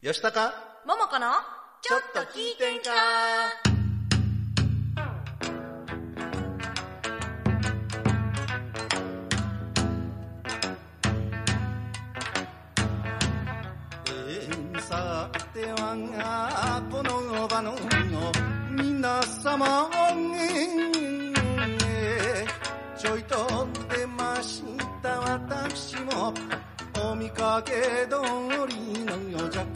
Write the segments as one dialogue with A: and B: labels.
A: よしたか
B: ももこのちょっと聞いてんか
A: えーさてはこの場の皆様えーちょいと出ました私もお見かけ通りの弱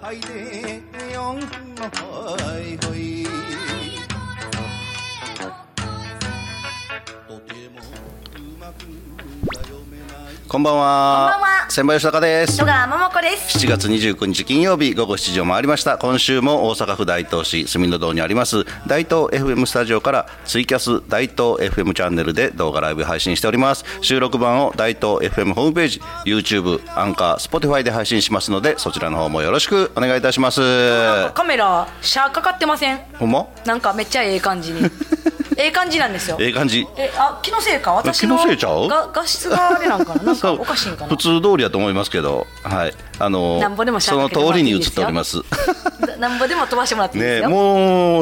A: 敗でよんほいほいとてもうまくは読めないこんばんは
B: こんばんは
A: 千葉吉高です
B: 戸川ももこです
A: 7月29日金曜日午後7時を回りました今週も大阪府大東市住の堂にあります大東 FM スタジオからツイキャス大東 FM チャンネルで動画ライブ配信しております収録版を大東 FM ホームページ YouTube アンカー Spotify で配信しますのでそちらの方もよろしくお願いいたします
B: なんかカメラシャーかかってません
A: ほんま
B: なんかめっちゃええ感 じにええ感じなんですよ
A: ええ感じ
B: えあ気のせいか私の
A: 気のせいちゃう
B: が画質があれなんかななんかおかしいんか
A: 普
B: な
A: 通通りだと思いますけどはいあの
B: なんぼでもしゃ
A: そ
B: べ
A: の
B: ってもらっ
A: 通
B: て
A: り
B: い
A: に
B: い
A: 映
B: で
A: っ
B: す
A: てお
B: よ
A: ります
B: ななんぼでも飛ばしてもらっていいで
A: ね
B: す
A: え
B: よ、
A: もう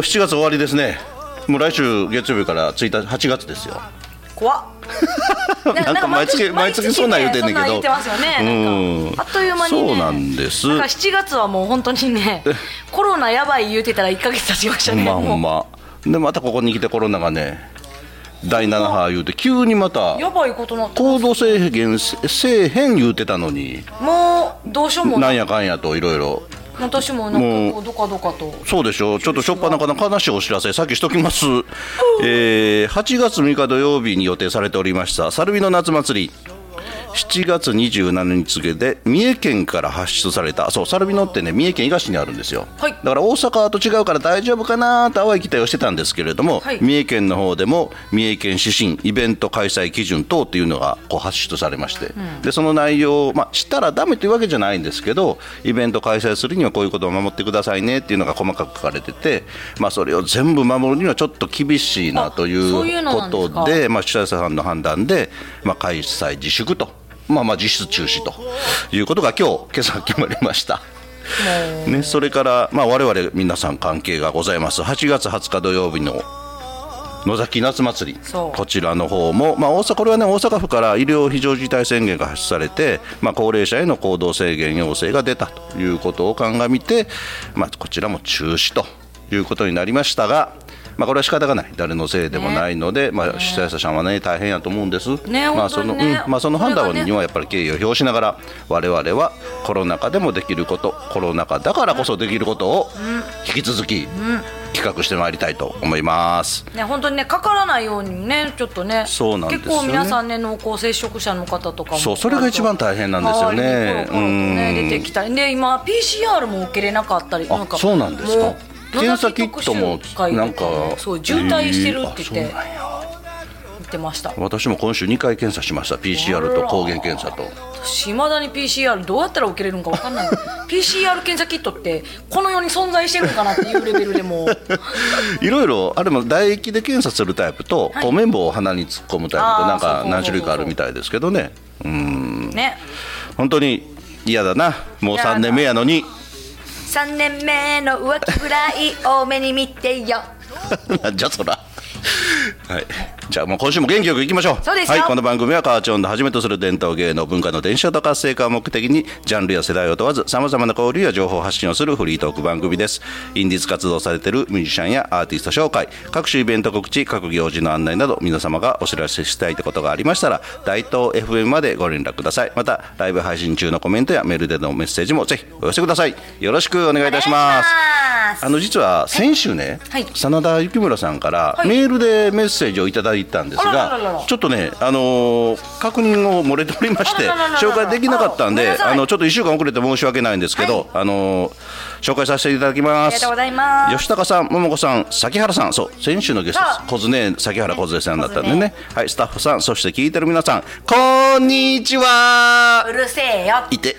A: 7月終わりですねもう来週月曜日から1日8月ですよ
B: 怖っ
A: なんか毎月毎月そんなん言うてんねんけど
B: そ言ってますよねなん
A: うん
B: かあっという間にね
A: そうなんです
B: なんか7月はもう本当にねコロナやばい言うてたら1か月経ちました
A: ほ
B: ね
A: んまほん
B: も
A: までまたここに来てコロナがね第7波言うて急にまた
B: うやばいことなって
A: 行動制限せせえへん言うてたのに
B: もうどうしようも
A: な
B: なんい
A: やかんやといろいろ
B: 私もなんか
A: も
B: こ
A: う
B: うどかどかと
A: そうでしょうちょっとしょっぱなから悲しいお知らせさっきしときます、えー8月6日土曜日に予定されておりましたサルビの夏祭り7月27日付で三重県から発出されたそうサルビノってね三重県伊賀市にあるんですよ、
B: はい
A: だから大阪と違うから大丈夫かなと淡い期待をしてたんですけれども、
B: はい
A: 三重県の方でも三重県指針イベント開催基準等っていうのがこう発出されまして、でその内容を、まあ、したらダメというわけじゃないんですけどイベント開催するにはこういうことを守ってくださいねっていうのが細かく書かれてて、まあ、それを全部守るにはちょっと厳しいなとい
B: あ
A: う
B: そういうの
A: こ
B: なんですか
A: とでまあ、主催者さんの判断で、まあ、開催自粛と、まあ、まあ実質中止ということが今日今朝決まりました。ね、それから、まあ、我々皆さん関係がございます8月20日土曜日の野崎夏祭り
B: そう
A: こちらの方も、まあ、大阪これは、ね、大阪府から医療非常事態宣言が発出されて、まあ、高齢者への行動制限要請が出たということを鑑みて、まあ、こちらも中止ということになりましたが、まあ、これは仕方がない誰のせいでもないので、まあ、主催者さんは、ね、大変やと思うんです、
B: ね
A: まあ
B: 本
A: そ
B: 当
A: の
B: にね
A: うんまあ、その判断
B: これがね
A: にはやっぱり敬意を表しながら我々はコロナ禍でもできることコロナ禍だからこそできることを引き続き企画してまいりたいと思います。
B: ね本当にねかからないようにねちょっとね
A: そうなんですよね
B: 結構皆さんね濃厚接触者の方とかも
A: そうそれが一番大変なんですよ
B: 周りにコロコロ
A: ね
B: とね
A: うん
B: 出てきたりで今 PCR も受けれなかったり
A: あ
B: なんか
A: そうなんですか
B: もう
A: 検査キットも
B: 野崎特集会と
A: なんか
B: そう渋滞してるって言って
A: えーあそうなんや
B: 言ってました
A: 私も今週2回検査しました PCR と抗原検査と
B: 私未だに PCR どうやったら受けれるのか分かんない PCR 検査キットってこの世に存在してるのかなっていうレベルでもう
A: いろいろあれも唾液で検査するタイプと、こう綿棒を鼻に突っ込むタイプと
B: あー
A: なんか
B: そうそうそうそう
A: 何種類かあるみたいですけどねうん
B: ね
A: 本当に嫌だなもう3年目やのに
B: 3年目の浮気ぐらい多めに見てよ
A: なんじゃそら。はい、じゃあもう今週も元気よくいきましょう
B: そうです
A: は
B: よ
A: い、この番組はカーチョンのはじめとする伝統芸能文化の伝承と活性化を目的にジャンルや世代を問わずさまざまな交流や情報を発信をするフリートーク番組ですインディーズ活動されているミュージシャンやアーティスト紹介各種イベント告知各行事の案内など皆様がお知らせしたいということがありましたら大東 FM までご連絡くださいまたライブ配信中のコメントやメールでのメッセージもぜひお寄せくださいよろしくお願いいたしますあの実は先週ね、
B: はい
A: 真田幸村さんから
B: はい
A: メールでメッセージをいただいたんですが、
B: あらららら
A: ちょっとね、あのー確認を漏れておりまして
B: あららららら
A: 紹介できなかったん
B: あごめん
A: で
B: なさい
A: あのちょっと1週間遅れて申し訳ないんですけど、あのー紹介させていただきま
B: あ
A: す
B: りがとうございます
A: 吉高さん、桃子さん、崎原さん、そう、先週のゲスト
B: そ
A: です、小津ね、崎原小津さんだったんでね、はい、スタッフさん、そして聞いてる皆さん、こんにちは
B: うるせえよ
A: いて、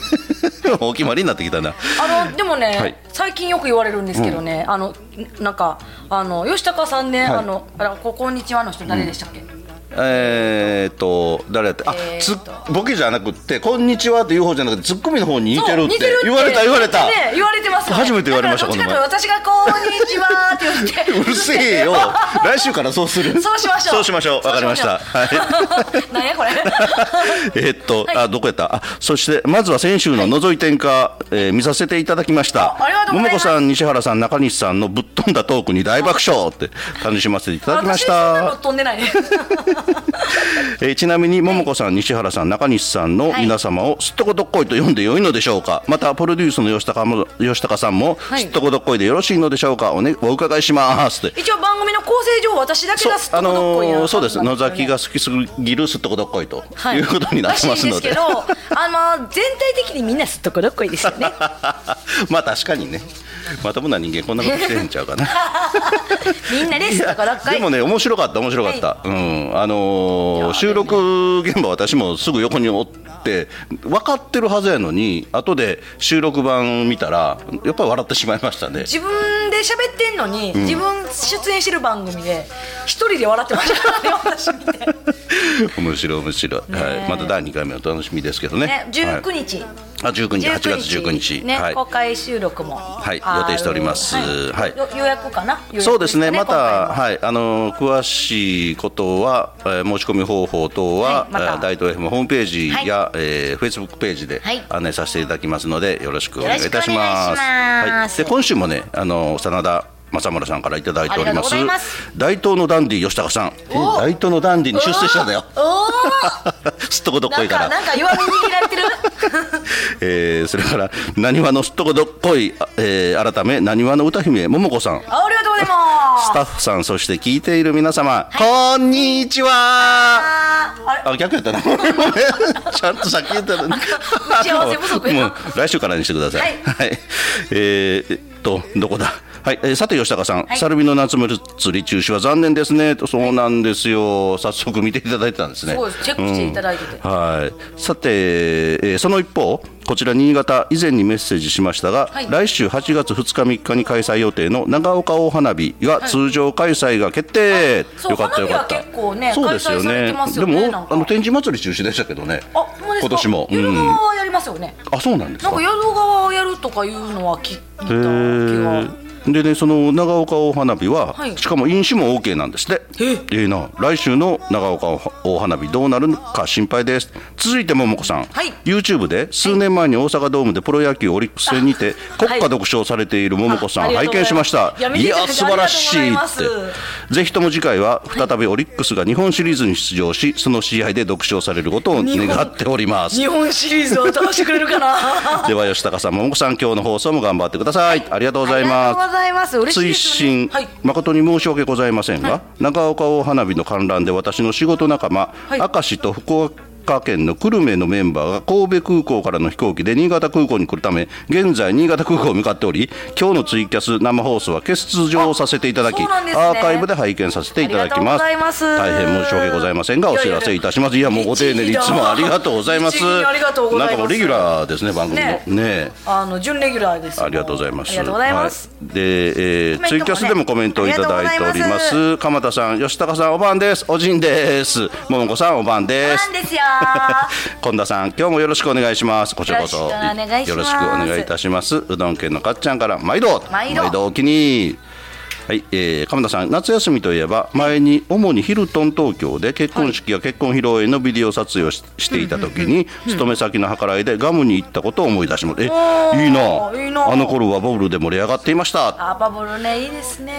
A: お決まりになってきたな。
B: あのでもね、
A: はい
B: 最近よく言われるんですけどね、あのなんかあの吉高さんね、
A: い
B: あのあらここんにちはの人誰でしたっけ、
A: えーっと誰やってあ
B: えーっ
A: つ
B: と
A: ボケじゃなくって「こんにちは」っていう方じゃなくてツッコミの方に似てるっ
B: そう
A: て
B: 似てるって
A: 言われた言われた、
B: ね言われてますよね
A: 初めて言われました
B: だ
A: こ
B: か
A: の
B: ら
A: 前
B: どっちかというと私がこんにちはって言って
A: うるせ えよ来週からそうする
B: そうしましょう
A: そうしましょうわかりました
B: そう しましょうなんやこれ
A: えーっと、あどこやったあそしてまずは先週の覗いてんか、えー見させていただきました
B: あありがとうございます
A: 桃子さん西原さん中西さんのぶっ飛んだトークに大爆笑って楽しませていただきまし
B: 私そんな
A: た
B: の飛んでないね
A: えーちなみに桃子さん西原さん中西さんの皆様をすっとこどっこいと読んでよいのでしょうかまたプロデュースの吉高も吉高さんも
B: い
A: すっとこどっこいでよろしいのでしょうかお,、ね、お伺いしますって
B: 一応番組の構成上私だけ
A: そう
B: がすっ
A: あ
B: とこどっ
A: の
B: こいな
A: ーそうです野崎が
B: す
A: 好きすぎるすっとこどっこいということになって
B: ら
A: ますので
B: しいんですけどあのー全体的にみんなすっとこどっこいです よね
A: まあ確かにねまともな人間こんなことしてへんちゃうかな
B: みんなですっとこどっこい
A: でもね面白かった面白かった、うんあのー収録現場私もすぐ横におって分かってるはずやのに後で収録版見たらやっぱり笑ってしまいましたね
B: 自分で喋ってんのに、自分出演してる番組で一人で笑ってましたからね私見て
A: 面白い面白い、はい、また第2回目お楽しみですけどね
B: ね19
A: はい
B: 日、
A: あ19日8月19日
B: ね、
A: はい
B: 公開収録も、
A: はい
B: あー
A: 予定しておりますはい
B: よ予約かな予約
A: そうですね、ま
B: か
A: た、
B: 今回も
A: はい、あのー詳しいことは、えー申し込み方法等は
B: は、い
A: え
B: また
A: ー大東 FM ホームページや、えー、Facebook ページで
B: はい
A: 案内させていただきますので、よろしくお願いいたし
B: よろしくお願
A: ま
B: い
A: す。
B: しま
A: は
B: す
A: い、で、今週もね、あのー真田正村さんからいただいており
B: ありが
A: ます
B: とうございます
A: 大東のダンディ吉高さん大東のダンディに出世したんだよ
B: お
A: すっとこどっ
B: ーな
A: こい
B: ん
A: か
B: からなんか弱み握られてる
A: えーそれからなにわのすっとこどっこい、あえー改めなにわの歌姫桃子さん
B: あありがとうございます
A: スタッフさんそして聞いている皆様、こんにちは
B: あーあれ
A: あ逆やったな ごめんちゃんと先言ったのに
B: 打ち合わせ不足や
A: もう来週からにしてくださいはい、えーえっとどこだはい、えーさて吉高さん、
B: い
A: サルビの夏祭り中止は残念ですねとそうなんですよ早速見ていただいてたんですね
B: そうですチェックしていただいてて
A: はい、さて、えーその一方、こちら新潟、以前にメッセージしましたが、
B: はい
A: 来週8月2日、3日に開催予定の長岡大花火が通常開催が決定、
B: あそう
A: よかったよかった、
B: 花火は結構ね
A: そうです
B: 開催
A: よ
B: され
A: ね
B: てます
A: で
B: よねなん
A: も
B: か
A: あの天神祭り中止でしたけどね、
B: あほんまですか
A: 今年も、う
B: 淀
A: ん、
B: 川はやりますよね、
A: あそうなんです
B: な
A: か。
B: んか淀川をやるとかいうのは聞いた気
A: へ
B: が
A: ーでねその長岡大花火は、
B: はい
A: しかも飲酒も OK なんですって
B: え
A: ええな来週の長岡大花火どうなるのか心配です続いて桃子さん、
B: はい
A: YouTube で数年前に大阪ドームでプロ野球オリックス戦にて
B: あ
A: 国家独唱されている桃子さ
B: ああ
A: ん
B: りがと
A: 拝
B: うございます
A: 見しました
B: いや見ていただいて
A: 素晴らしいっ
B: ありがとうございま
A: てぜひとも次回は再びオリックスが日本シリーズに出場しその試合で独唱されることを願っております
B: 日本シリーズを倒してくれるか な
A: では吉高さん桃子さん今日の放送も頑張ってください、ありがとうござい
B: あ
A: ま
B: りがとう
A: す
B: ございます嬉しい
A: 推
B: ですよね
A: 進、
B: はい
A: 誠に申し訳ございませんが、長岡大花火の観覧で私の仕事仲間、
B: はい
A: 明石と福岡県の久留米のメンバーが神戸空港からの飛行機で新潟空港に来るため現在新潟空港を向かっており今日のツイキャス生放送は欠場させていただき、
B: あそうなんですね
A: アーカイブで拝見させていただきます
B: ありがとうございます
A: 大変申し訳ございませんがお知らせいたしますいやもうご丁寧にい
B: 一
A: つ
B: 義だ
A: もありがとうございます
B: 一義にありがとうございます
A: なんかもうレギュラーですね番組の
B: ね
A: ねえ
B: あの準レギュラーです
A: ありがとうございます。
B: ありがとうございます、
A: はいで、えー
B: コメントもね
A: ツイキャスでもコメントをいただいており
B: ありがとう
A: ま
B: ござ
A: す。
B: い
A: 鎌田さん、吉高さん、おばんです。おじんです。桃子さん、おばんで
B: な
A: す
B: ん。ですよ
A: 近田さん、今日もよろしくお願いします。こちらこそ。
B: よろしくお願いします
A: よろしくお願いいたします。うどん県のかっちゃんから、毎度。
B: 毎度
A: お気に。はい、えー、鎌田さん、夏休みといえば、前に主にヒルトン東京で結婚式や結婚披露宴のビデオ撮影をししていた時に、勤め先の計らいでガムに行ったことを思い出します。え、いい
B: いい
A: な
B: な
A: あの頃はボブルで盛り上がっていました。
B: あバブルねいいですね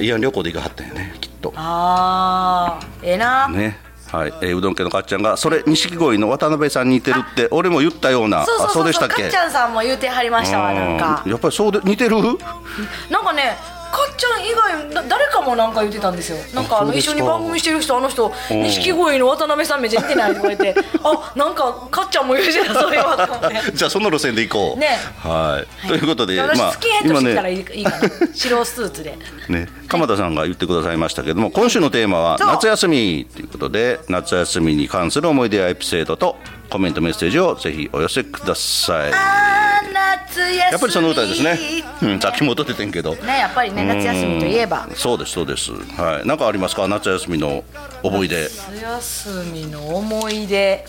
A: いや、旅行で行かはったよね、きっと。
B: あーええな、
A: ねはいえーうどん家のかっちゃんがそれ錦鯉の渡辺さんに似てるって俺も言ったような
B: そうそう
A: あ
B: そう
A: でし
B: そ
A: たっ
B: うか
A: け
B: っちゃんさんも言うてはりましたわなんか
A: うんやっぱりそうで 似てる
B: なんかねかっちゃん以外だ誰かもなんか言ってたんですよなんかあ
A: そう
B: の
A: で
B: 一
A: すか
B: 緒に番組してる人あの人
A: ん
B: 錦鯉の渡辺さんめっちゃ似てないとか言ってあなんかかっちゃんも言うて たそれはと思って。
A: じゃあその路線で行こう
B: ね
A: はいということで
B: 私スキンヘッド
A: 今
B: してたらい
A: ね
B: いいいかな、白スーツで
A: ね鎌田さんが言ってくださいましたけども今週のテーマは
B: そう
A: 夏休みということで夏休みに関する思い出やエピソードとコメントメッセージをぜひお寄せください
B: あな夏休み
A: やっぱりその歌ですね、うん、さっきも歌っててんけど
B: ねやっぱりね夏休みといえば
A: うんそうですそうですはいなんかありますか夏休みの思い出
B: 夏休みの思い出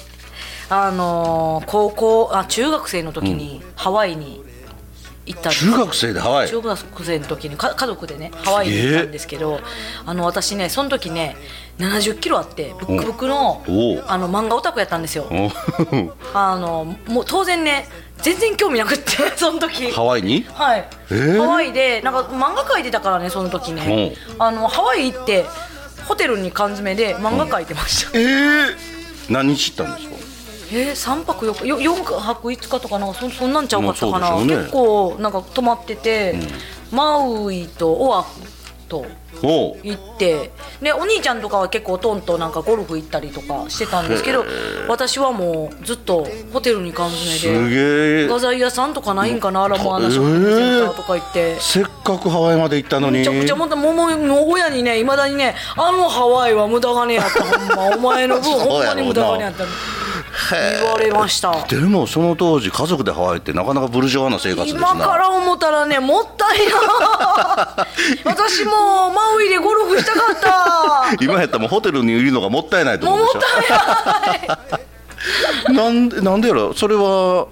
B: あのー高校あ中学生の時にハワイに行ったんです
A: 中学生でハワイ
B: 中学生の時にか家族でねハワイに行ったんですけど、あの私ねその時ね70キロあってブックブックの
A: おお
B: あの漫画オタクやったんですよ
A: お
B: あのもう当然ね全然興味なくって その時
A: ハワイに
B: はい、
A: ー
B: ハワイでなんか漫画描いてたからねその時ねあのハワイ行ってホテルに缶詰で漫画描いてました、
A: えー、何日行ったんですか
B: えー、3泊4日よ4泊5日とかなんかそそんなんちゃうかったかな、
A: まあそうでしょうね
B: 結構なんか泊まってて、マウイとオアフと
A: おう
B: 行ってでお兄ちゃんとかは結構トンとなんかゴルフ行ったりとかしてたんですけど私はもうずっとホテルに缶
A: す
B: 詰で
A: げえ
B: 画材屋さんとかないんかなアラモアナショッピングセンターとか行って。
A: せっかくハワイまで行ったのに
B: めちゃくちゃまた桃の親にねいまだにねあのハワイは無駄金やったほん まお前の分
A: そ
B: ほ
A: うん
B: ま
A: やろうな
B: に無駄金やったの言われました
A: でもその当時家族でハワイってなかなかブルジョワな生活ですな
B: 今から思ったらねもったい な私もマウイでゴルフしたか った
A: 今やったらもうホテルにいるのがもったいないと
B: も
A: 思
B: う
A: う
B: も
A: で
B: っ
A: しょ
B: たいない
A: なんでなんでやろそれは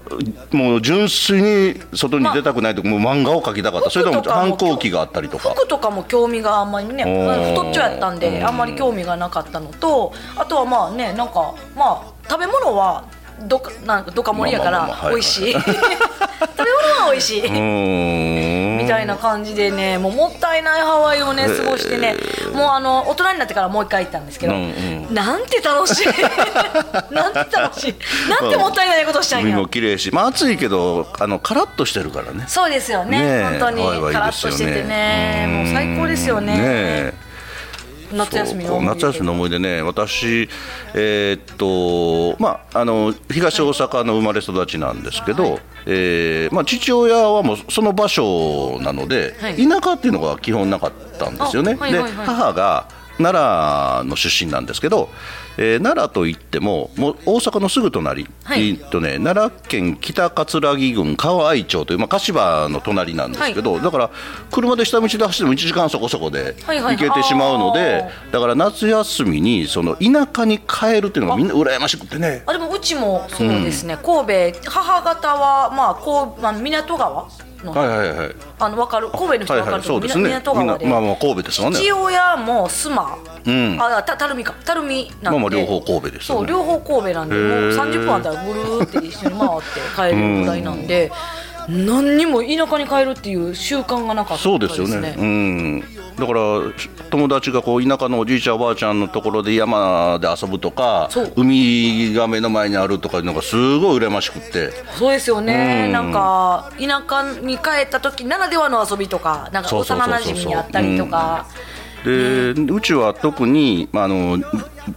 A: もう純粋に外に出たくないとか、もう漫画を描きたかったそれとも
B: 服とかも
A: 反抗期があったりとか
B: 服とかも興味があんまりね
A: ー
B: 太っちょやったんであんまり興味がなかったのとあとはまあねなんかまあ食べ物はどかなんかどか盛りやか
A: まあまあまあ
B: ら
A: はい
B: 美味しい 食べ物は美味しいう
A: ーん
B: みたいな感じでねもうもったいないハワイをね過ごしてねもうあの大人になってからもう一回行ったんですけど、
A: うん
B: なんて楽 しいなんて楽しいなんてもったいないことしたん
A: 海
B: や
A: も綺麗しまあ暑いけどあのカラッとしてるからね
B: そうですよね
A: ねえ
B: 本当に
A: ハワイはいい
B: カラ
A: で
B: ッ
A: す
B: と
A: よ
B: し
A: ね
B: ててねもう最高ですよね
A: ねえ
B: 夏休みの
A: そう
B: 思い出
A: 夏休みの思い出ね私えーっとまああの東大阪の生まれ育ちなんですけど、えーまあ、父親はもうその場所なので、
B: はい
A: 田舎っていうのが基本なかったんですよね、
B: あはいはいはい
A: で母が奈良の出身なんですけど、えー奈良といってももう大阪のすぐ隣、
B: はい
A: えーっとね、奈良県北葛城郡川合町という、まあ、柏の隣なんですけど、だから車で下道で走っても1時間そこそこで
B: はいはい
A: 行けてしまうので、
B: あー
A: だから夏休みにその田舎に帰るっていうのがみんな羨ましくてね。
B: あでもうちもそうですね、神戸母方はまあこう、まあ、港川の,、
A: はいはいはい。
B: あの分かる神戸の人
A: はい
B: 分か
A: は
B: る
A: い、
B: と
A: そう
B: 思う、
A: ですね。
B: 港川で、
A: みんなまあまあ神戸ですもんね。
B: 父親も須磨、
A: うん
B: あた垂水か垂水なんで、
A: まあまあ両方神戸ですよ
B: そう
A: ね
B: 両方神戸なんでもう
A: へー
B: 30分あったらぐるーって一緒に回って帰るぐらいなんで、何にも田舎に帰るっていう習慣がなかった
A: そう
B: で
A: ですす
B: ね
A: よね。うん。だからし友達がこう田舎のおじいちゃんおばあちゃんのところで山で遊ぶとか
B: そう、
A: ウミガメの前にあるとかいうのがすごい羨ましくって。
B: そうですよね、
A: うん
B: なんか田舎に帰った時ならではの遊びとかなんか
A: そうそうそうそう
B: 幼なじみにあったりとか
A: で、うちは特に、まあ、あの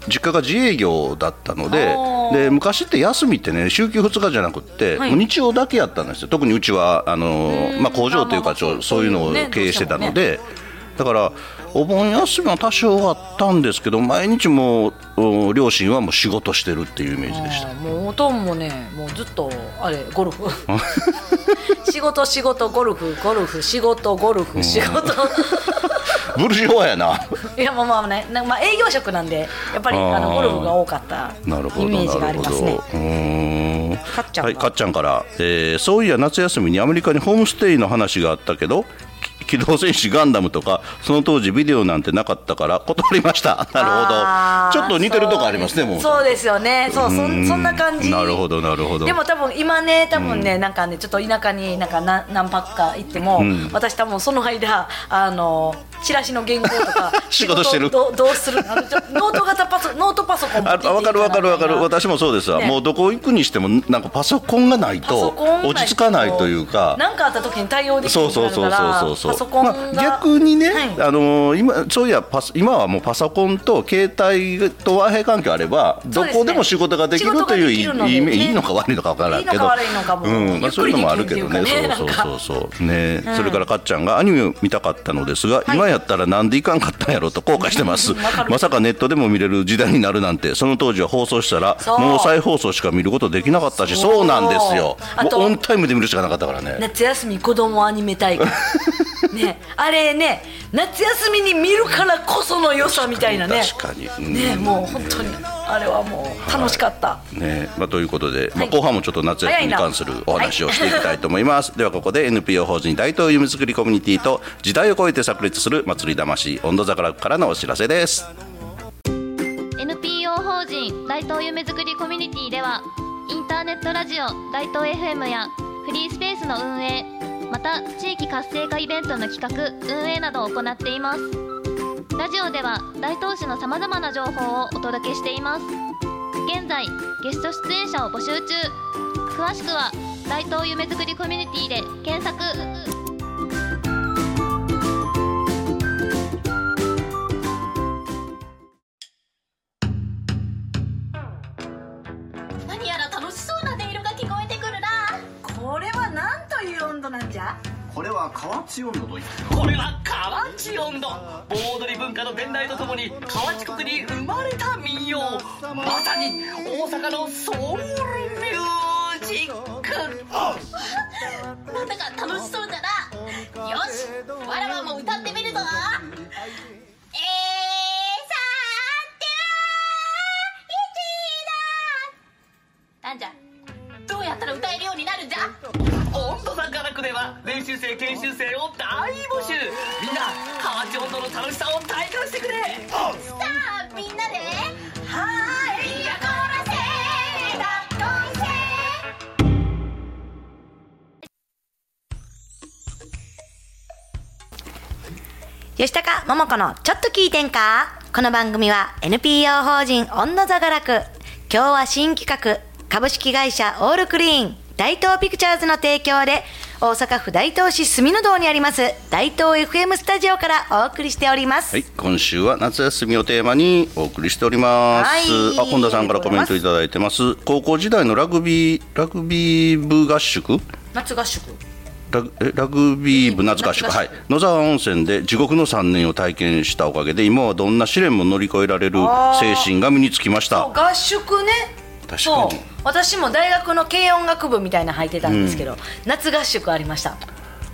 A: 実家が自営業だったので
B: あー
A: で昔って休みってね週休2日じゃなくって、
B: はい
A: もう日曜だけやったんですよ特にうちはあの、
B: うん
A: まあ、工場という
B: あまあ
A: かち
B: ま
A: ょ
B: あ
A: そういうの
B: そ
A: を
B: うですよね
A: 経営してたの
B: どう
A: で、だからお盆休みは多少あったんですけど毎日もうお両親はもう仕事してるっていうイメージでした
B: あーもうおとんもねもうずっとあれゴル フ仕事仕事ゴルフゴルフ仕事ゴルフ仕 事
A: ブルジョワやな
B: いやまあまあね、なまあ、営業職なんでやっぱりあ
A: あー
B: のゴルフが多かったイメ
A: なるほど
B: ージが
A: な
B: あ
A: る
B: り
A: ほ
B: ま
A: ど
B: すね
A: うーん
B: かっちゃんが
A: はい、かっちゃんから、えーそういや夏休みにアメリカにホームステイの話があったけどき機動戦士ガンダムとかその当時ビデオなんてなかったから断りました
B: あ
A: な
B: ー
A: るほどちょっと似てるとこありますねもう
B: そうですよねそうそんそんな感じ
A: なるほどなるほど
B: でも多分今ね多分ね、なんかねちょっと田舎になんか何何泊か行っても、私多分その間あのチラシの原稿とか
A: 仕事してる
B: どどうするあのちょノート型パソノートパソコン持
A: あ
B: って行っ
A: 分
B: ていい
A: かる分かる分か
B: み
A: る
B: たいな
A: 私もそうですわ、
B: ね
A: もうどこ行くにしてもなんかパソコンがない
B: パソ
A: と
B: コンが
A: 落ち着かないというか
B: 何かあった時に対応できるようになるから
A: そうそうそうそうそうそう
B: ソコンが
A: 逆にね、
B: はい
A: あのー今そういやパソ今はもうパソコンと携帯と和平環境あれば、
B: そ
A: ど
B: うですね
A: こでも仕事ができるといういい
B: 仕事ができるのでね
A: いいのか悪いのかわからん
B: い
A: けど
B: いのか悪いのかも
A: うんまあ、そういうのもあるけどね
B: ゆっくりできるっていうかね
A: そうそうそうそうね、それからかっちゃんがアニメを見たかったのですが、今やったらなんでいかんかったんやろと後悔してます
B: わかる
A: まさかネットでも見れる時代になるなんてその当時は放送したら
B: そう
A: もう再放送しか見ることできなかったし
B: そう
A: そうなんですよ
B: あ
A: もう
B: と
A: オンタイムで見るしかなかったからね
B: 夏休み子供アニメ大 会ねあれね夏休みに見るからこその良さみたいなね
A: 確かにうん
B: ねもう本当にあれはもう楽しかった、
A: ねまあ、ということで、ま
B: は
A: あ、
B: い
A: 後半もちょっと夏休みに関するお話をしていきたいと思います、ではここで NPO 法人大東夢作りコミュニティと時代を超えて炸裂する祭り魂温度桜からのお知らせです
C: NPO 法人大東夢作りコミュニティではインターネットラジオ大東 FM やフリースペースの運営また地域活性化イベントの企画運営などを行っていますラジオでは大東市のさまざまな情報をお届けしています現在ゲスト出演者を募集中詳しくは大東夢作りコミュニティで検索
D: 何やら楽しそうな音色が聞こえてくるな
B: これは何という温度なんじゃ
E: これは河内温度といって
F: これは河内音頭盆踊り文化の伝来とともに河内国に生まれた民謡まさに大阪のソウルミュージック
D: なんだか楽しそうだなよしわらわも歌ってみるぞえーさーては一だなんじゃどうやったら歌えるようになるんじゃ
F: 音頭さんからくれは練習生研修生を大募集みんな河内音頭の楽しさを体感してくれ
D: さあみんなではーいやこらせだっこいせ
G: 吉高桃子のちょっと聞いてんかこの番組は NPO 法人女座が楽今日は新企画株式会社オールクリーン大東ピクチャーズの提供で大阪府大東市住の堂にあります大東 FM スタジオからお送りしております、
A: はい、今週は夏休みをテーマにお送りしております。
G: はい
A: あ、本田さんからコメントいただいてます。高校時代のラグビー、ラグビー部合宿。
B: 夏合宿
A: ラグえラグビー部夏合宿、
B: 夏合宿
A: はい、野沢温泉で地獄の3年を体験したおかげで今はどんな試練も乗り越えられる精神が身につきまし
B: そ
A: た
B: う合宿ね
A: 確かに
B: そう私も大学の軽音楽部みたいなの入ってたんですけど、夏合宿ありました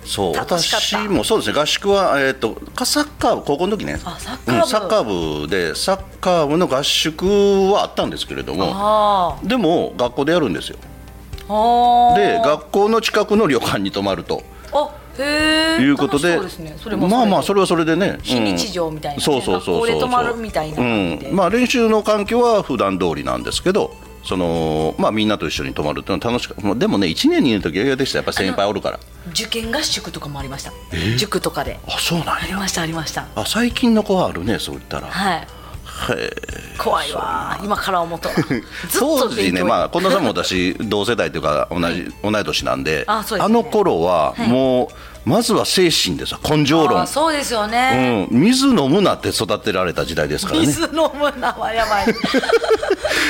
A: そう
B: 楽しかった
A: 私もそうですね合宿は、えー、とかサッカー部高校の時ね
B: あサッカー部
A: うんサッカー部でサッカー部の合宿はあったんですけれども
B: あ
A: でも学校でやるんですよ
B: ーあー
A: で学校の近くの旅館に泊まると
B: あへえ
A: いうことで
B: そうですねそれも
A: まあまあそ
B: れ
A: れはそれでね
B: 非日常みたいなね
A: そうそうそうそう
B: 学校で泊まるみたいな感じで
A: うん、まあ練習の環境は普段通りなんですけどそのまあみんなと一緒に泊まるっていうのは楽しかったでもね1年2年の時は嫌でしたやっぱ先輩おるから
B: 受験合宿とかもありました塾とかで
A: あそうな
B: あ
A: ん
B: り
A: や
B: ましたありました
A: あ最近の子はあるねそう言ったら
B: はい怖いわ今から思う とずっ
A: 当
B: と
A: 時ね、まあ、近藤さんも 私同世代というか同じ、同い年なんで
B: あそうですね
A: の頃はもう、まずは精神でさ根性論
B: あそうですよね、
A: うん、水飲むなって育てられた時代ですからね
B: 水飲むなはや ばい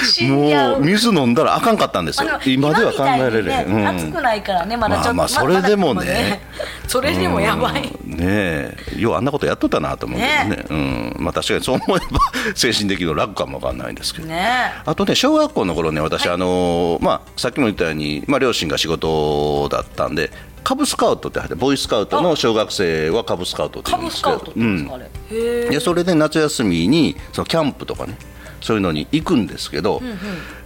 B: 死んじゃ
A: もう
B: う
A: 水飲んだらあかんかったんです
B: あ
A: よ
B: の
A: 今では考えら
B: 今
A: れ
B: みたい
A: へん、
B: にね
A: うん
B: 暑くないからねまだちょっと
A: まあまあ
B: だ
A: それでもね
B: それでもやばい
A: うんねえようあんなことやっとったなと思うけどねうんまあ確かにそう思えば精神的には楽かもわかんないんですけど、
B: ね
A: あとね小学校の頃ね私、あのーまあさっきも言ったように、まあ、両親が仕事だったんでカブスカウトって入ってボーイスカウトの小学生はカブスカウトって
B: カ
A: 言うん
B: ブ
A: で
B: ス
A: すけ
B: カ
A: ど
B: ウトって言うんですか、あれへえ
A: でそれで夏休みにそのキャンプとかねそういうのに行くんですけど、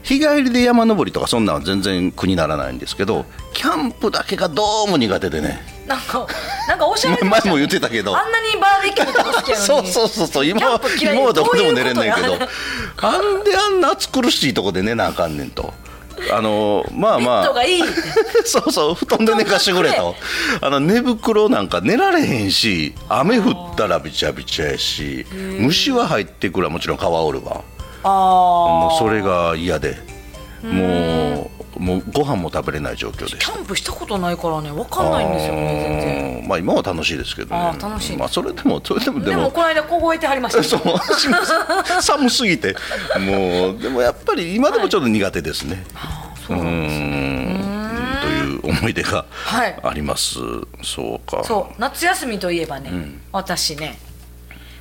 A: 日帰りで山登りとかそんなんは全然苦にならないんですけどキャンプだけがどうも苦手でね
B: なんかなんかおしゃれで
A: 前
B: したね
A: も言ってたけど
B: あんなにバーベキューとか好きやのに
A: そうそうそうそう今は
B: キャンプ嫌い
A: 今はどこでも寝れんねんけ
B: どう
A: ど
B: いうこ
A: あんであんな暑苦しいとこで寝なあかんねんとあのまあ
B: ベ
A: ま
B: ッドが
A: あ
B: いいって
A: そうそう布団で寝かしてくれとあの寝袋なんか寝られへんし雨降ったらびちゃびちゃやし虫は入ってくるわもちろん川おるわ
B: ああ
A: もうそれが嫌でもうもうご飯も食べれない状況でし
B: キ
A: た
B: ャンプしたことないからね分かんないんですよね全然
A: あーまあ今は楽しいですけど
B: あ
A: ね
B: ー楽しい
A: まあそれでもそれでもで
B: でも
A: も
B: この間凍えてはりました、ね、
A: そう寒すぎてもうでもやっぱり今でもちょっと苦手ですね、
B: そうなんです
A: うんという思い出が
B: はい
A: あります、そうか
B: そう夏休みといえばね、私ね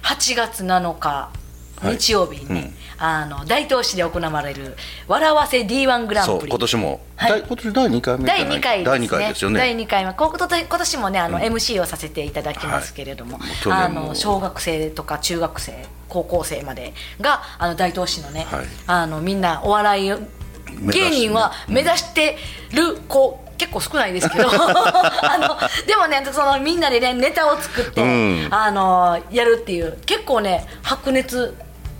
B: 8月7日
A: はい
B: 日曜日にね、
A: うん
B: あの大東市で行われる「笑わせ D1 グラ
A: そ
B: ン
A: う
B: プリ」
A: 今年も、
B: はい
A: だい今年第2回目じゃ
B: 第
A: ない
B: 2回ですね
A: 第二回ですよね
B: 第二回はここと今年もねあの MC をさせていただきますけれども、
A: はい去
B: あ
A: 年も
B: の小学生とか中学生高校生までがあの大東市のね、
A: はい
B: あのみんなお笑いを
A: 目指して
B: 芸人は目指してる子結構少ないです けどあのでもねそのみんなでねネタを作って、
A: うん
B: あのやるっていう結構ね白熱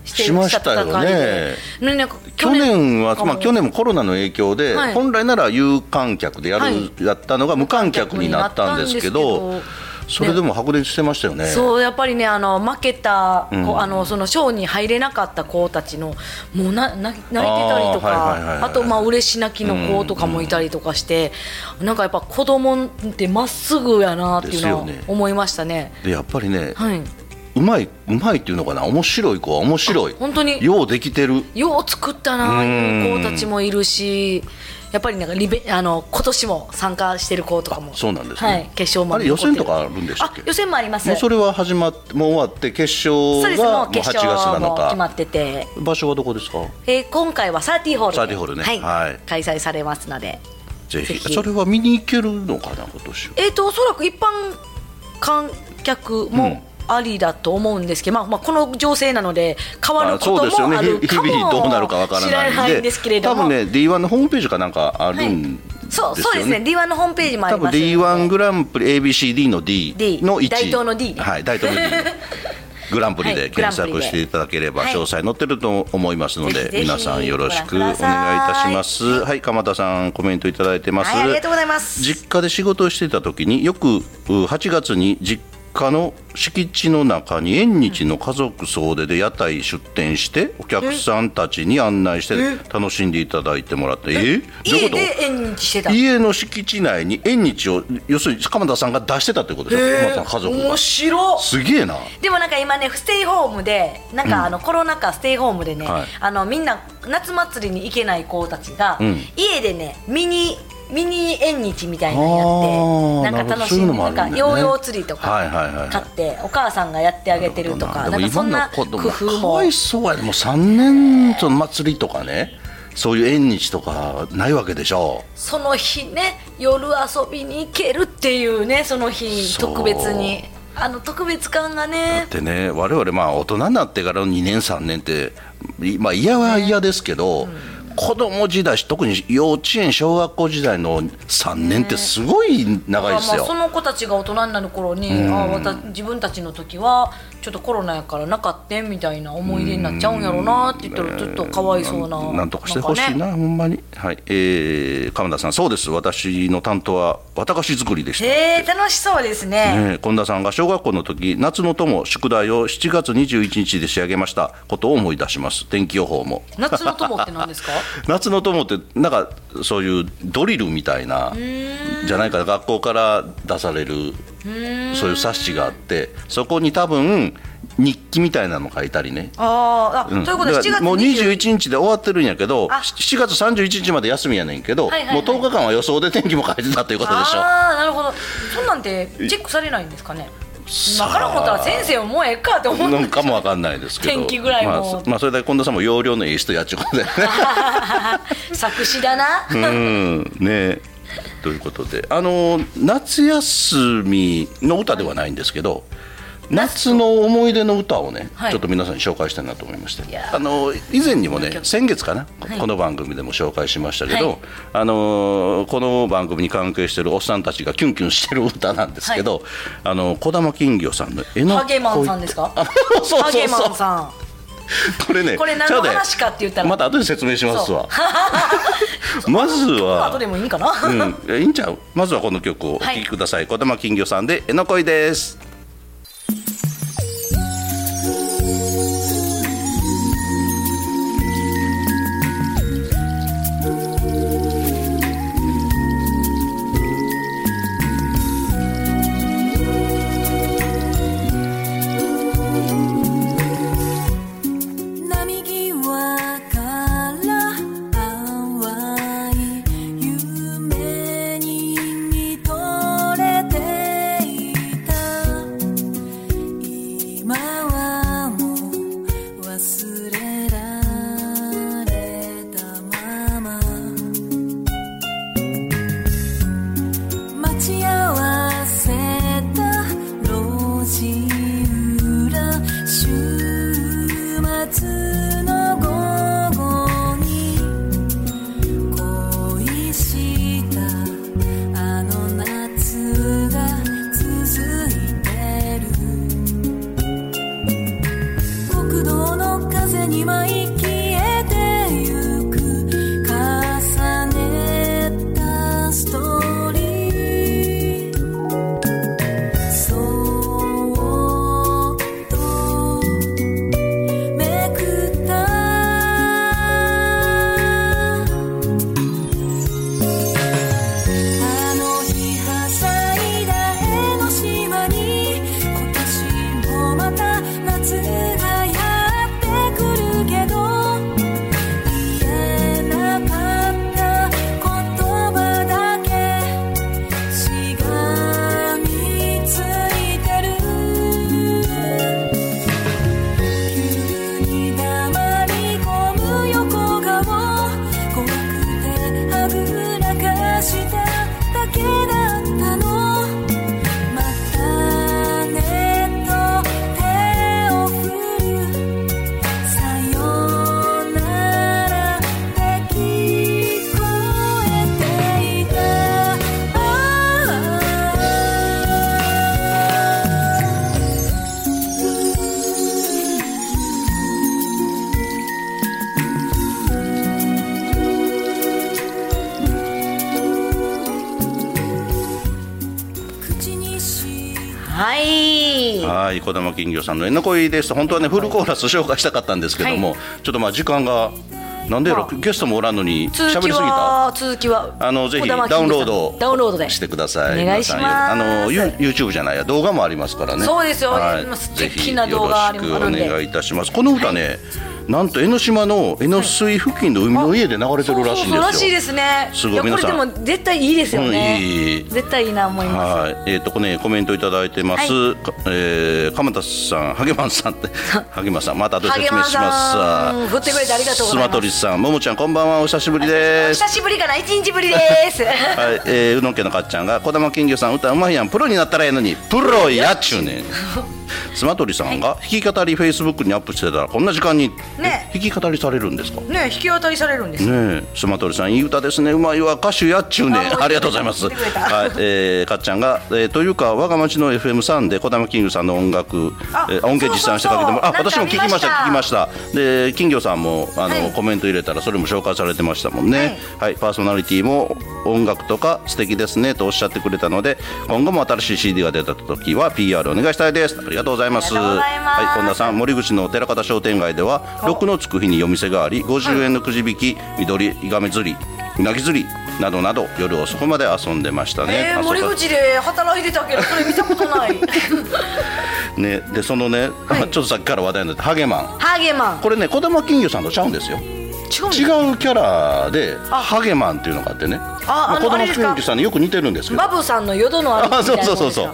B: して
A: しましたよね
B: ねなんか
A: 去年は、
B: かも
A: まあ、去年もコロナの影響で、
B: はい
A: 本来なら有観客でやる、
B: はい
A: やったのが無観客になったんですけ
B: 無
A: ど
B: 観客になったんです
A: それでも白熱してましたよね
B: そうやっぱりねあの負けた子、
A: うん
B: あのその賞に入れなかった子たちのもうなな泣いてたりと
A: あーはいはいはいはい
B: かあとまあ嬉し泣きの子とかもいたりとかして、なんかやっぱ子供ってまっすぐやなっていうのは
A: ですよね
B: 思いましたね。
A: でやっぱりね、
B: はいう
A: まいうまいっていうのかな面白い子は面白い
B: 本当に
A: ようできてる
B: よう作ったなああいう子たちもいるしやっぱりなんかリベあの今年も参加してる子とかも
A: あそうなんですね
B: はい、決勝ま
A: あ
B: で
A: れ予選とかあるんでしたっけ
B: あ予選もあります
A: もうそれは始まってもう終わって決勝
B: そうですも
A: が
B: う
A: もう8
B: 決
A: 月
B: 勝も決ま
A: 7
B: ってて
A: 日場所はどこですか
B: えー今回はサーティーホールで
A: サーティーホールね
B: はい
A: はい
B: 開催されますので
A: ぜひ
B: ぜひ
A: それは見に行けるのかな今年は
B: えっ、とおそらく一般観客もありだと思うんですけど、まあ、まあこの情勢なので変わる
A: あ
B: こ
A: そう
B: と
A: ですよ
B: も
A: ね
B: ある
A: 日
B: かも
A: 々どうなるかわから
B: 知ら
A: な
B: ないいん
A: んで
B: ですけれど
A: 多
B: も
A: 分ね D1 のホームページかなんかあるん
B: はい
A: です
B: そ
A: よね
B: うそうですね D1 のホームページもあ
A: 多
B: り
A: 分
B: ますので
A: D1 グランプリ ABCD の D
B: D
A: の1
B: 大東の D ね
A: はい大東 の D グランプリ
B: は
A: で
B: いグラン
A: 検
B: プリで
A: 索していただければ
B: はい
A: 詳細載ってると思いますの
B: ぜ
A: で
B: ひぜひ
A: 皆さんよろしくお
B: ご
A: 願
B: 覧
A: いい
B: ください
A: たしますはい鎌田さんコメントいただいてます
G: はいありがとうございます
A: 実家で仕事をしていた時によくう8月に実家の敷地の中に縁日の家族総出で屋台出店してお客さんたちに案内して楽しんでいただいてもらってえどういう
B: 家
A: こと
B: で縁日してた
A: 家の敷地内に縁日を要するに鎌田さんが出してたってことでしょ、鎌田さん家族が
B: 面白っ
A: すげえな
B: でもなんか今ねステイホームでなんかあのコロナ禍ステイホームでね、
A: はい
B: あのみんな夏祭りに行けない子たちが、
A: ん
B: 家でねミニミニ縁日みたいな
A: あ
B: の
A: ー
B: やってなんか楽しんで
A: なるほどそういうのもあ
B: な
A: る
B: んか
A: んだね
B: ヨーヨー釣りと
A: はいはいはいは
B: か
A: い
B: 買ってお母さんがやってあげてるとかなんかそんな工
A: でも今の子供
B: 夫
A: か
B: も
A: わいそうやでもう3年その祭りとかねそういう縁日とかないわけでしょ
B: その日ね夜遊びに行けるっていうねその日
A: そう
B: 特別にあの特別感がね
A: でね我々まあ大人になってからの2年3年っていまあ嫌は嫌ですけど、子供時代特に幼稚園小学校時代の3年ってすごい長いです
B: ま
A: よ、
B: あその子たちが大人になる頃に、ああ私自分たちの時はちょっとコロナやからなかったみたいな思い出になっちゃうんやろなって言ったらちょっとかわいそうな、
A: なんとかしてほしい
B: んか
A: な、
B: ね
A: ほんまに、はいえー、鎌田さん、そうです、私の担当は私作りでした。
B: へえ楽しそうですね
A: ねえ近田さんが小学校の時夏の友宿題を7月21日で仕上げましたことを思い出します天気予報も
B: 夏の友って何です か
A: 夏の友ってなんかそういうドリルみたいなじゃないかな学校から出されるそういう冊子があってそこに多分日記みたいなの書いたりね
B: あーあ、
A: うん
B: ということで7
A: だ
B: 月
A: から
B: 21
A: もう21日で終わってるんやけど
B: あ
A: 7月31日まで休みやねんけど、
B: はいはいはい
A: もう10日間は予想で天気も変えてたということでしょ
B: ああなるほどそんなんてチェックされないんですかね今から思ったら先生ももうええかって思う
A: なんかもわかんないですけど
B: 天気ぐらいも
A: まあそ、まあそれだけ近田さんも容量のいい人やっちゅうことでね
B: 作詞だな、
A: うんねということであの夏休みの歌ではないんですけど夏の思い出の歌をね、
B: はい
A: ちょっと皆さんに紹介したいなと思いまして、
B: やー
A: あの以前にも
B: この
A: ね
B: 曲
A: 先月かな、
B: はい
A: この番組でも紹介しましたけど、
B: はい
A: あのこの番組に関係してるおっさんたちがキュンキュンしてる歌なんですけど、あの小玉金魚さんの「えの
B: ハゲマンさんですか
A: あそう そうそう
B: ハゲマンさん
A: これね
B: これ何の話かって言ったら
A: ちゃうでまた後で説明しますわ まず
B: 後
A: は
B: でもいいかな、
A: うん、いいんちゃうまずはこの曲をお聴きください、小玉金魚さんで「えのこい」です
D: 「
G: はい。
A: はい、小玉金魚さんの「えの恋」です本当はねフルコーラス紹介したかったんですけども、ちょっとまあ時間がなんでやろ、ゲストもおらんのに
B: 続
A: 喋
B: き
A: りすぎた
B: は続きは
A: あのぜひ
B: 小
A: ダ
B: 玉
A: ウンロー
B: 金魚さ
A: ド
B: んダウンロードで
A: してください。
B: お願いします
A: 皆さんあのユ YouTube じゃないや動画もありますからね。
B: そうですよ
A: はい
B: 今素
A: ぜひ
B: 敵
A: よ
B: な動画あ
A: ろ
B: り
A: しく
B: あ
A: お
B: るんで
A: 願いいたします。この歌ね、なんと江ノ島の江ノ水付近の海の家で流れてるらし
B: そうそう
A: いん
B: そうらしい
A: で
B: です
A: よ。
B: すね
A: すごい
B: や
A: 皆さ
B: こ
A: ん
B: れでも絶対いいですよね、
A: うんいい
B: 絶対いいな思います
A: はい、えっ、とこねコメントいただいてます。かえー、鎌田さん、ハゲマンさん って、ハゲマンさん、また後で説明します。
B: ハゲマンさん振ってくれてありがとうございます
A: スマトリスさん、ももちゃん、こんばんは、お久しぶり
G: お
A: です
G: 久。しぶりかな、一日ぶりです。
A: はい、えー、うどん家のかっちゃんが、児玉金魚さん、歌うまいやん、プロになったらええのに、プロやっちゅう ねん。スマトリさんが、弾き語りフェイスブックにアップしてたら、こんな時間に、
B: ね
A: え弾き語りされるんですか。ね
B: ね引き渡りされるんです、
A: え、スマトリさん、いい歌ですね、うまいわ、歌手やっちゅうね
B: あもういい
A: ん、
B: ね
A: ありがとうございま
B: 言
A: す。
B: ってくれた
A: はい、えー、かっちゃんが、えー、というか、我が町の FM さんで、児玉金魚さんの音楽、
B: あ
A: えー、音源実践してかけてもら、あ、
G: そうそう
A: 私
G: そう
A: も聞きました、
G: なん
A: 聞
G: かあ
A: き
G: り
A: ま
G: ま
A: した。で、金魚さんも、あの、
G: はい
A: コメント入れたら、それも紹介されてましたもんね。はい、パーソナリティも音楽とか素敵ですねとおっしゃってくれたので、今後も新しい CD が出た時は PR お願いしたいです。ありがとうございます。
G: ありがとうございます
A: はい、本田さん、森口の寺方商店街では、6のつく日に夜店があり、50円のくじ引き、緑いがめ釣り、うなぎ釣りなどなど夜遅くまで遊んでましたね。
B: え
A: あ
B: ー、
A: そう
B: 森
A: か
B: 口で働いてたけどそれ見たことない
A: ね、でそのね、あ ちょっとさっきから話題になってハゲマン。
B: ハーゲマン
A: これね、児玉金魚さんとちゃうんですよ。
B: 違うんだ
A: 違うキャラでハゲマンっていうのがあってね
B: ああの
A: ま
B: あれで
A: 子
B: す
A: 供研
B: か
A: 究さんによく似てるんですけど
B: バブさんの淀のあるみた
A: あ
B: いな
A: そうそう
B: も
A: そ
B: のです
A: うそう
B: か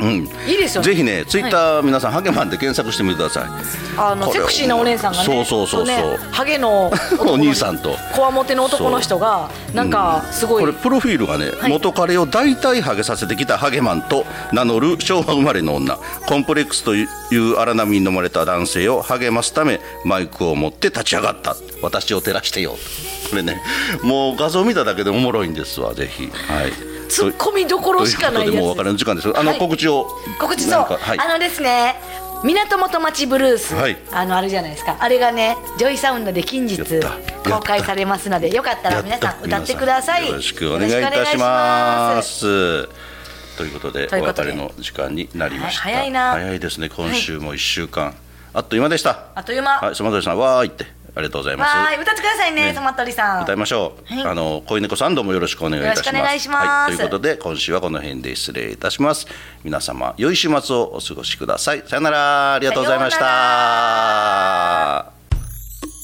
A: うん
B: いいですよね
A: ぜひねツイッター皆さんハゲマンで検索してみてください
B: あの
A: これ
B: セクシーなお姉さんがね
A: そうそうそうそう
B: ねハゲの
A: お兄さんと
B: こわもての男の人がなんかすごい、
A: これプロフィールがね、元彼を大体ハゲさせてきたハゲマンと名乗る昭和生まれの女コンプレックスという荒波に飲まれた男性を励ますためマイクを持って立ち上がった私を照らしてよこれねもう画像見ただけでおもろいんですわぜひはい
B: ツッコミどころしかない
A: と
B: や
A: いうことでもうお
B: つ
A: 別れの時間ですあの
B: はい
A: 告知を、
G: 告知そ
A: なん
G: う
A: か、はい
G: あのですね港元町ブルース、
A: はい
G: あのあれじゃないですかあれがねジョイサウンドで近日
A: やった
G: 公開されますのでよかった
A: や
G: ら
A: った
G: 皆さん歌ってください
A: よろしくお願いいたします。ということで
G: という
A: お
G: こと
A: 別
G: で
A: れの時間になりました。
G: はい早いな
A: 早いですね。今週も一週間、あっという間でした。
G: あっという間
A: はい、そまとりさんわーいってありがとうございます。
G: わーい歌ってくださいね
A: ね
G: トマトリさん
A: 歌いましょう。
G: はい
A: あの恋猫さんどうもよろしくお願いいたします。
G: よろしくお願いします
A: はい、ということで今週はこの辺で失礼いたします。皆様良い週末をお過ごしください。さよならありがとうございまし
G: さよう
A: た。